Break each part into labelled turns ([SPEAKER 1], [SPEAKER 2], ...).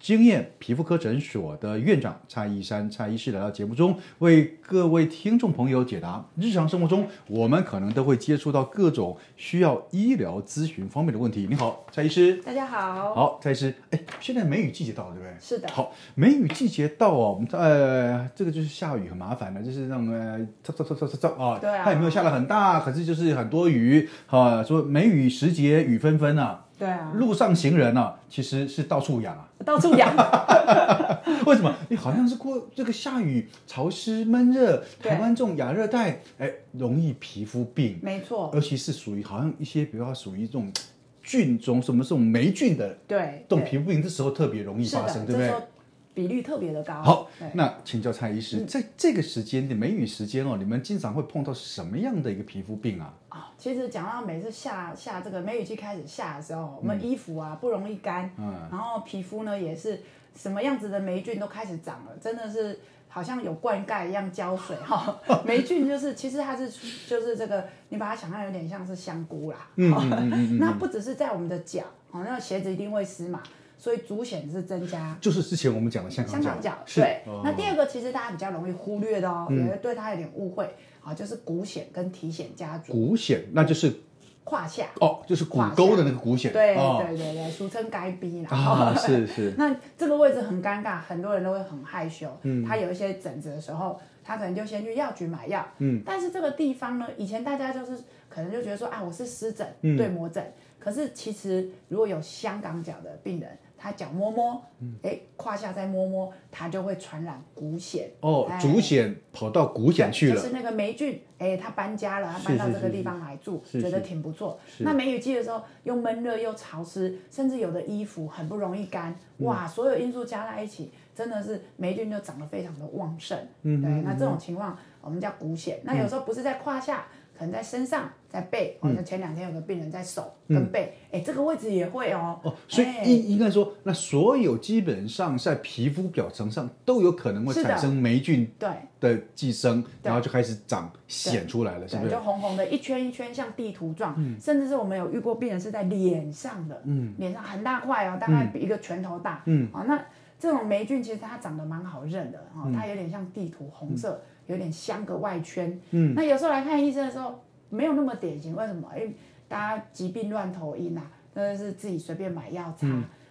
[SPEAKER 1] 经验皮肤科诊所的院长蔡医山蔡医师来到节目中，为各位听众朋友解答日常生活中我们可能都会接触到各种需要医疗咨询方面的问题。你好，蔡医师。
[SPEAKER 2] 大家好，
[SPEAKER 1] 好，蔡医师，哎，现在梅雨季节到了，对不对？
[SPEAKER 2] 是的
[SPEAKER 1] 好，梅雨季节到哦，我们呃，这个就是下雨很麻烦的，就是那种呃，擦擦擦擦擦擦啊，
[SPEAKER 2] 对啊
[SPEAKER 1] 它也没有下的很大，可是就是很多雨啊，说梅雨时节雨纷纷啊，
[SPEAKER 2] 对啊，
[SPEAKER 1] 路上行人啊，其实是到处痒啊。
[SPEAKER 2] 到处痒，
[SPEAKER 1] 为什么？你好像是过这个下雨、潮湿、闷热，
[SPEAKER 2] 对
[SPEAKER 1] 台湾这种亚热带，哎，容易皮肤病，
[SPEAKER 2] 没错，
[SPEAKER 1] 尤其是属于好像一些，比如说属于这种菌种什么这种霉菌的
[SPEAKER 2] 对，
[SPEAKER 1] 动
[SPEAKER 2] 对
[SPEAKER 1] 皮肤病这时候特别容易
[SPEAKER 2] 是
[SPEAKER 1] 发
[SPEAKER 2] 的，
[SPEAKER 1] 生，对
[SPEAKER 2] 这
[SPEAKER 1] 不
[SPEAKER 2] 时
[SPEAKER 1] 对
[SPEAKER 2] 候？比率特别的高。
[SPEAKER 1] 好
[SPEAKER 2] 对，嗯
[SPEAKER 1] 那请教蔡医师，在这个时间点，梅雨时间哦，你们经常会碰到什么样的一个皮肤病啊？
[SPEAKER 2] 啊，其实讲到每次下下这个梅雨季开始下的时候，我们衣服啊不容易干，
[SPEAKER 1] 嗯
[SPEAKER 2] 然后皮肤呢也是什么样子的霉菌都开始长了，真的是好像有灌溉一样浇水 哈。霉菌就是其实它是就是这个，你把它想象有点像是香菇啦。
[SPEAKER 1] 嗯
[SPEAKER 2] 哦
[SPEAKER 1] 嗯嗯嗯嗯
[SPEAKER 2] 那不只是在我们的脚，哦，那鞋子一定会湿嘛，所以足癣是增加。
[SPEAKER 1] 就是之前我们讲的香港
[SPEAKER 2] 香港脚
[SPEAKER 1] 脚，，是嗯
[SPEAKER 2] 对。
[SPEAKER 1] 哦
[SPEAKER 2] 那第二个其实大家比较容易忽略的哦，有人对它有点误会啊，就是股癣跟体癣家族，
[SPEAKER 1] 骨癣，那就是
[SPEAKER 2] 胯下。
[SPEAKER 1] 哦，就是骨沟的那个骨癣，
[SPEAKER 2] 对
[SPEAKER 1] 哦
[SPEAKER 2] 对对对，俗称该逼啦。
[SPEAKER 1] 啊， 是是，
[SPEAKER 2] 那这个位置很尴尬，很多人都会很害羞。嗯，他有一些疹子的时候，他可能就先去药局买药。嗯，但是这个地方呢，以前大家就是可能就觉得说啊，我是湿疹、
[SPEAKER 1] 嗯
[SPEAKER 2] 对膜疹，可是其实如果有香港脚的病人。他脚摸摸，
[SPEAKER 1] 嗯
[SPEAKER 2] 哎，胯下再摸摸，他就会传染骨癣
[SPEAKER 1] 哦
[SPEAKER 2] 哎，
[SPEAKER 1] 足癣跑到骨癣去
[SPEAKER 2] 就是
[SPEAKER 1] 了，
[SPEAKER 2] 那个霉菌，哎，他搬家了，他搬到这个地方来住，
[SPEAKER 1] 是是
[SPEAKER 2] 觉得挺不错。
[SPEAKER 1] 是
[SPEAKER 2] 那梅雨季的时候，又闷热又潮湿，甚至有的衣服很不容易干，
[SPEAKER 1] 嗯
[SPEAKER 2] 哇，所有因素加在一起，真的是霉菌就长得非常的旺盛。嗯，对，那这种情况我们叫骨癣。
[SPEAKER 1] 嗯
[SPEAKER 2] 那有时候不是在胯下。可能在身上，在背，
[SPEAKER 1] 嗯
[SPEAKER 2] 或者前两天有个病人在手跟背，哎、这个位置也会哦。
[SPEAKER 1] 哦，所以
[SPEAKER 2] 哎
[SPEAKER 1] 应应该说，那所有基本上在皮肤表层上都有可能会
[SPEAKER 2] 是的
[SPEAKER 1] 产生霉菌
[SPEAKER 2] 对
[SPEAKER 1] 的寄生，然后就开始长癣出来了，是不
[SPEAKER 2] 对，
[SPEAKER 1] 是
[SPEAKER 2] 就？红红的，一圈一圈像地图状，甚至是我们有遇过病人是在脸上的，脸上很大块哦，大概比一个拳头大，嗯，哦，那这种霉菌其实它长得蛮好认的，哦，它有点像地图红色，有点镶个外圈，嗯，那有时候来看医生的时候没有那么典型，为什么？因为大家疾病乱投医呐、真的是自己随便买药擦，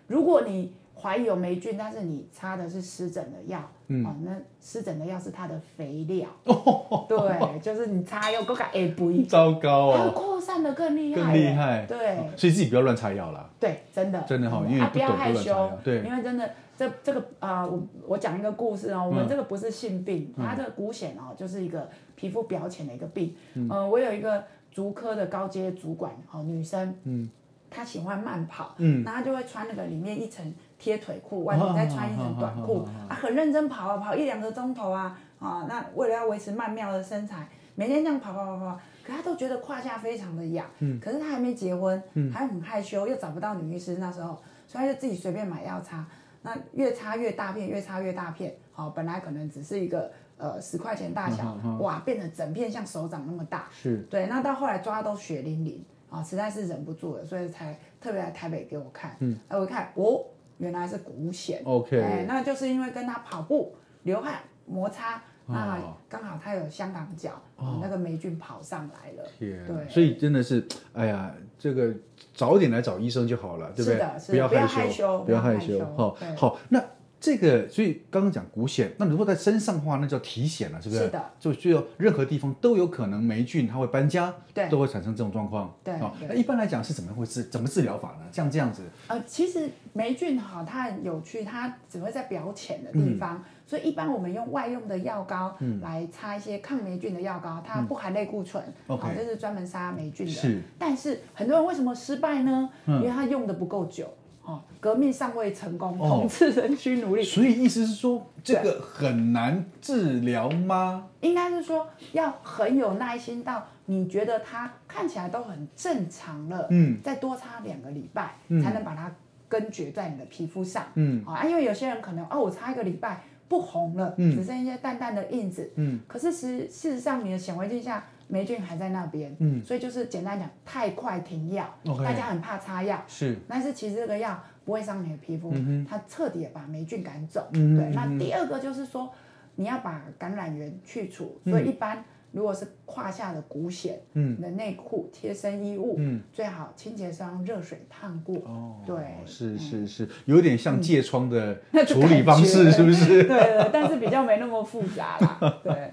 [SPEAKER 2] 如果你怀疑有霉菌，但是你擦的是湿疹的药，哦，那湿疹的药是它的肥料， 对，就是你擦药够个 A 不一，
[SPEAKER 1] 糟糕
[SPEAKER 2] 它
[SPEAKER 1] 哦，
[SPEAKER 2] 扩散的更厉害，
[SPEAKER 1] 更厉害哦
[SPEAKER 2] 对
[SPEAKER 1] 所以自己不要乱擦药啦。
[SPEAKER 2] 对，真的
[SPEAKER 1] 真的哈
[SPEAKER 2] 嗯
[SPEAKER 1] 因为
[SPEAKER 2] 啊
[SPEAKER 1] 不
[SPEAKER 2] 不要
[SPEAKER 1] 懂
[SPEAKER 2] 害
[SPEAKER 1] 不乱
[SPEAKER 2] 羞
[SPEAKER 1] 猜啊，对
[SPEAKER 2] 因为真的这这个啊，我我讲一个故事哦，我
[SPEAKER 1] 嗯
[SPEAKER 2] 们这个不是性病，它这个骨癣哦，就是一个皮肤表浅的一个病。
[SPEAKER 1] 嗯
[SPEAKER 2] 呃，我有一个足科的高阶主管哦，女生，嗯，她喜欢慢跑，嗯，那她就会穿那个里面一层贴腿裤，外
[SPEAKER 1] 啊
[SPEAKER 2] 面再穿一层短裤，啊，很认真跑啊跑一两个钟头啊啊，那为了要维持曼妙的身材，每天这样跑跑跑跑，可她都觉得胯下非常的痒，嗯，可是她还没结婚，嗯，还很害羞，又找不到女医师那时候，所以她就自己随便买药擦，那越擦越大片，越擦越大片，好、本来可能只是一个呃十块钱大小，哇，变成整片像手掌那么大，
[SPEAKER 1] 是
[SPEAKER 2] 对，那到后来抓都血淋淋啊，实在是忍不住了，所以才特别来台北给我看。嗯，哎，我一看哦，原来是骨癣。
[SPEAKER 1] OK
[SPEAKER 2] 哎，那就是因为跟他跑步流汗摩擦，那
[SPEAKER 1] 哦
[SPEAKER 2] 刚好他有香港脚，哦那个霉菌跑上来了。
[SPEAKER 1] 天啊，
[SPEAKER 2] 对，
[SPEAKER 1] 所以真的是，哎呀，这个早点来找医生就好了，对不对
[SPEAKER 2] 是的？是的
[SPEAKER 1] 不要
[SPEAKER 2] 不要
[SPEAKER 1] 害
[SPEAKER 2] 害羞
[SPEAKER 1] 不要害
[SPEAKER 2] 不要害
[SPEAKER 1] 羞
[SPEAKER 2] 羞。
[SPEAKER 1] 好，
[SPEAKER 2] 对
[SPEAKER 1] 好，那这个，所以刚刚讲骨癣，那如果在身上的话，那叫体癣了，是不是？
[SPEAKER 2] 是的，
[SPEAKER 1] 就就有任何地方都有可能霉菌它会搬家，
[SPEAKER 2] 对
[SPEAKER 1] 都会产生这种状况。
[SPEAKER 2] 对
[SPEAKER 1] 哦
[SPEAKER 2] 对
[SPEAKER 1] 那一般来讲是怎么回事？怎么治疗法呢？像这样子，
[SPEAKER 2] 呃，其实霉菌哈，它很有趣，它只会在表浅的
[SPEAKER 1] 嗯
[SPEAKER 2] 地方，所以一般我们用外用的药膏来擦一些抗霉菌的药膏，它不含类固醇，
[SPEAKER 1] 嗯 OK
[SPEAKER 2] 好，这是专门杀霉菌的。
[SPEAKER 1] 是，嗯
[SPEAKER 2] 但是很多人为什么失败呢？因为它用的不够久，哦，革命尚未成功，
[SPEAKER 1] 哦
[SPEAKER 2] 统治仍需努力。
[SPEAKER 1] 所以意思是说这个很难治疗吗？
[SPEAKER 2] 应该是说要很有耐心到你觉得它看起来都很正常了，
[SPEAKER 1] 嗯，
[SPEAKER 2] 再多擦两个礼拜、才能把它根绝在你的皮肤上，
[SPEAKER 1] 嗯
[SPEAKER 2] 啊，因为有些人可能哦，我擦一个礼拜不红了，
[SPEAKER 1] 嗯
[SPEAKER 2] 只剩一些淡淡的印子，
[SPEAKER 1] 嗯，
[SPEAKER 2] 可是实事实上你的显微镜下霉菌还在那边，
[SPEAKER 1] 嗯
[SPEAKER 2] 所以就是简单讲，太快停药
[SPEAKER 1] OK
[SPEAKER 2] 大家很怕擦药，
[SPEAKER 1] 是，
[SPEAKER 2] 但是其实这个药不会伤你的皮肤，它彻底的把霉菌赶走。
[SPEAKER 1] 嗯嗯哼
[SPEAKER 2] 对，那第二个就是说，你要把感染源去除，所以一般如果是胯下的骨癣，
[SPEAKER 1] 嗯
[SPEAKER 2] 你的内裤、贴身衣物，
[SPEAKER 1] 嗯
[SPEAKER 2] 最好清洁是用热水烫过。
[SPEAKER 1] 哦
[SPEAKER 2] 对嗯
[SPEAKER 1] 是是是，有点像疥疮的
[SPEAKER 2] 那就
[SPEAKER 1] 处理方式，
[SPEAKER 2] 感觉
[SPEAKER 1] 是不是？
[SPEAKER 2] 对对，但是比较没那么复杂啦。对，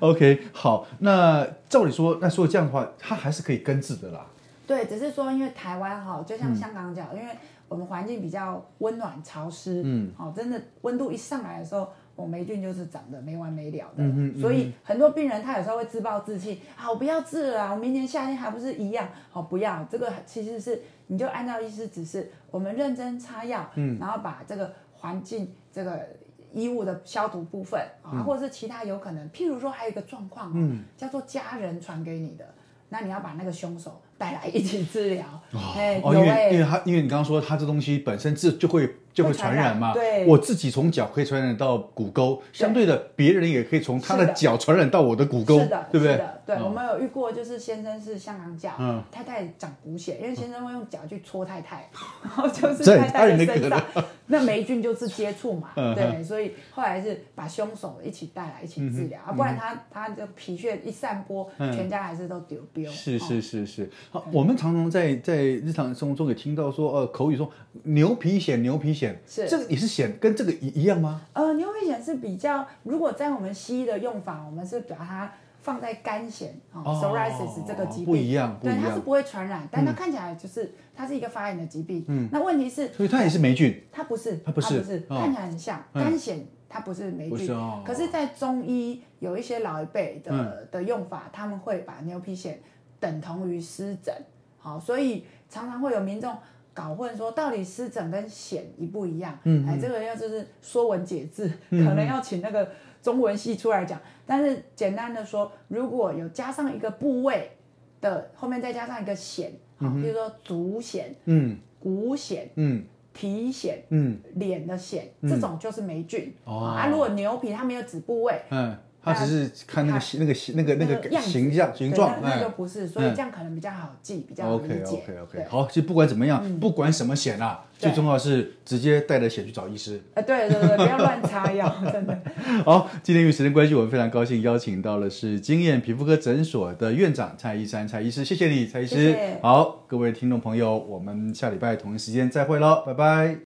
[SPEAKER 1] OK，好，那照理说，那说这样的话，它还是可以根治的啦。
[SPEAKER 2] 对，只是说因为台湾哈，就
[SPEAKER 1] 嗯
[SPEAKER 2] 像香港讲，因为我们环境比较温暖潮湿，
[SPEAKER 1] 嗯，
[SPEAKER 2] 哦，真的温度一上来的时候。我霉菌就是长得没完没了的，
[SPEAKER 1] 嗯哼嗯哼
[SPEAKER 2] 所以很多病人他有时候会自暴自弃啊，我不要治了啊，我明年夏天还不是一样？哦，不要，这个其实是你就按照医师指示，我们认真擦药，嗯，然后把这个环境这个衣物的消毒部分啊，
[SPEAKER 1] 嗯
[SPEAKER 2] 或者是其他有可能，譬如说还有一个状况、哦，叫做家人传给你的，那你要把那个凶手带来一起治疗，哎、
[SPEAKER 1] 哦，
[SPEAKER 2] 有
[SPEAKER 1] 因为、
[SPEAKER 2] 哎、
[SPEAKER 1] 因为它因为你刚刚说它这东西本身自就会就会传染嘛，
[SPEAKER 2] 会传染对
[SPEAKER 1] 我自己从脚可以传染到骨沟，相对的别人也可以从他的
[SPEAKER 2] 是的
[SPEAKER 1] 脚传染到我的骨沟
[SPEAKER 2] 是的，，
[SPEAKER 1] 对不
[SPEAKER 2] 是
[SPEAKER 1] 对
[SPEAKER 2] 的，？对，
[SPEAKER 1] 嗯
[SPEAKER 2] 我们有遇过，就是先生是香港脚，
[SPEAKER 1] 嗯
[SPEAKER 2] 太太长骨癣，因为先生会用脚去戳太 太，然后就是
[SPEAKER 1] 这也
[SPEAKER 2] 太太
[SPEAKER 1] 太
[SPEAKER 2] 的
[SPEAKER 1] 那个
[SPEAKER 2] 身
[SPEAKER 1] 了
[SPEAKER 2] 上， 那霉菌就是接触嘛，
[SPEAKER 1] 嗯
[SPEAKER 2] 对，所以后来是把凶手一起带来一起治疗，
[SPEAKER 1] 嗯
[SPEAKER 2] 啊，不然他他的皮屑一散播，全家还是都丢丢。
[SPEAKER 1] 是
[SPEAKER 2] 哦嗯
[SPEAKER 1] 是是是，好，我们常常在在日常生活中也听到说，呃，口语说牛皮癣，牛皮癣，
[SPEAKER 2] 是
[SPEAKER 1] 这个也是癣，跟这个一一样吗？
[SPEAKER 2] 呃，牛皮癣是比较，如果在我们西医的用法，我们是把它放在肝癣哦
[SPEAKER 1] 哦
[SPEAKER 2] p s o r i a s i s 这个疾病
[SPEAKER 1] 不一样嗯不
[SPEAKER 2] 对，
[SPEAKER 1] 一
[SPEAKER 2] 它
[SPEAKER 1] 样
[SPEAKER 2] 是不会传染，但它看起来就是它是一个发炎的疾病。嗯，那问题是
[SPEAKER 1] 所以它也是霉菌，
[SPEAKER 2] 它不是，
[SPEAKER 1] 它不是哦
[SPEAKER 2] 看起来很像
[SPEAKER 1] 嗯
[SPEAKER 2] 肝癣，它不是霉
[SPEAKER 1] 不
[SPEAKER 2] 菌
[SPEAKER 1] 是哦。嗯
[SPEAKER 2] 可是，在中医有一些老一辈的的用法，他们会把牛皮癣等同于湿疹，好，所以常常会有民众。搞混说到底湿疹跟癣一不一样？嗯，哎，这个要就是说文解字，
[SPEAKER 1] 嗯
[SPEAKER 2] 可能要请那个中文系出来讲。但是简单的说，如果有加上一个部位的后面再加上一个癣，好，比如说足癣、
[SPEAKER 1] 嗯
[SPEAKER 2] 股癣、
[SPEAKER 1] 嗯
[SPEAKER 2] 皮癣、
[SPEAKER 1] 嗯，
[SPEAKER 2] 脸的癣，这种就是霉菌、
[SPEAKER 1] 哦
[SPEAKER 2] 啊。如果牛皮它没有指部位，
[SPEAKER 1] 嗯，他只是看那个
[SPEAKER 2] 它
[SPEAKER 1] 形那个形那个那
[SPEAKER 2] 那个
[SPEAKER 1] 个
[SPEAKER 2] 样子
[SPEAKER 1] 形象形状，
[SPEAKER 2] 对那那就
[SPEAKER 1] 哎。
[SPEAKER 2] 不是，所以
[SPEAKER 1] 嗯
[SPEAKER 2] 这样可能比较好记，比较好理
[SPEAKER 1] OK
[SPEAKER 2] 解。
[SPEAKER 1] OK OK，
[SPEAKER 2] 对，嗯
[SPEAKER 1] 好，其实不管怎么样，不管什么险啊，
[SPEAKER 2] 对
[SPEAKER 1] 最重要是直接带着险去找医师。
[SPEAKER 2] 呃，对对对，不要乱擦药， 真的。
[SPEAKER 1] 好，今天因为时间关系，我们非常高兴邀请到的是经验皮肤科诊所的院长蔡医生，蔡医师，谢谢你，蔡医师。
[SPEAKER 2] 谢谢
[SPEAKER 1] 好，各位听众朋友，我们下礼拜同一时间再会喽，拜拜。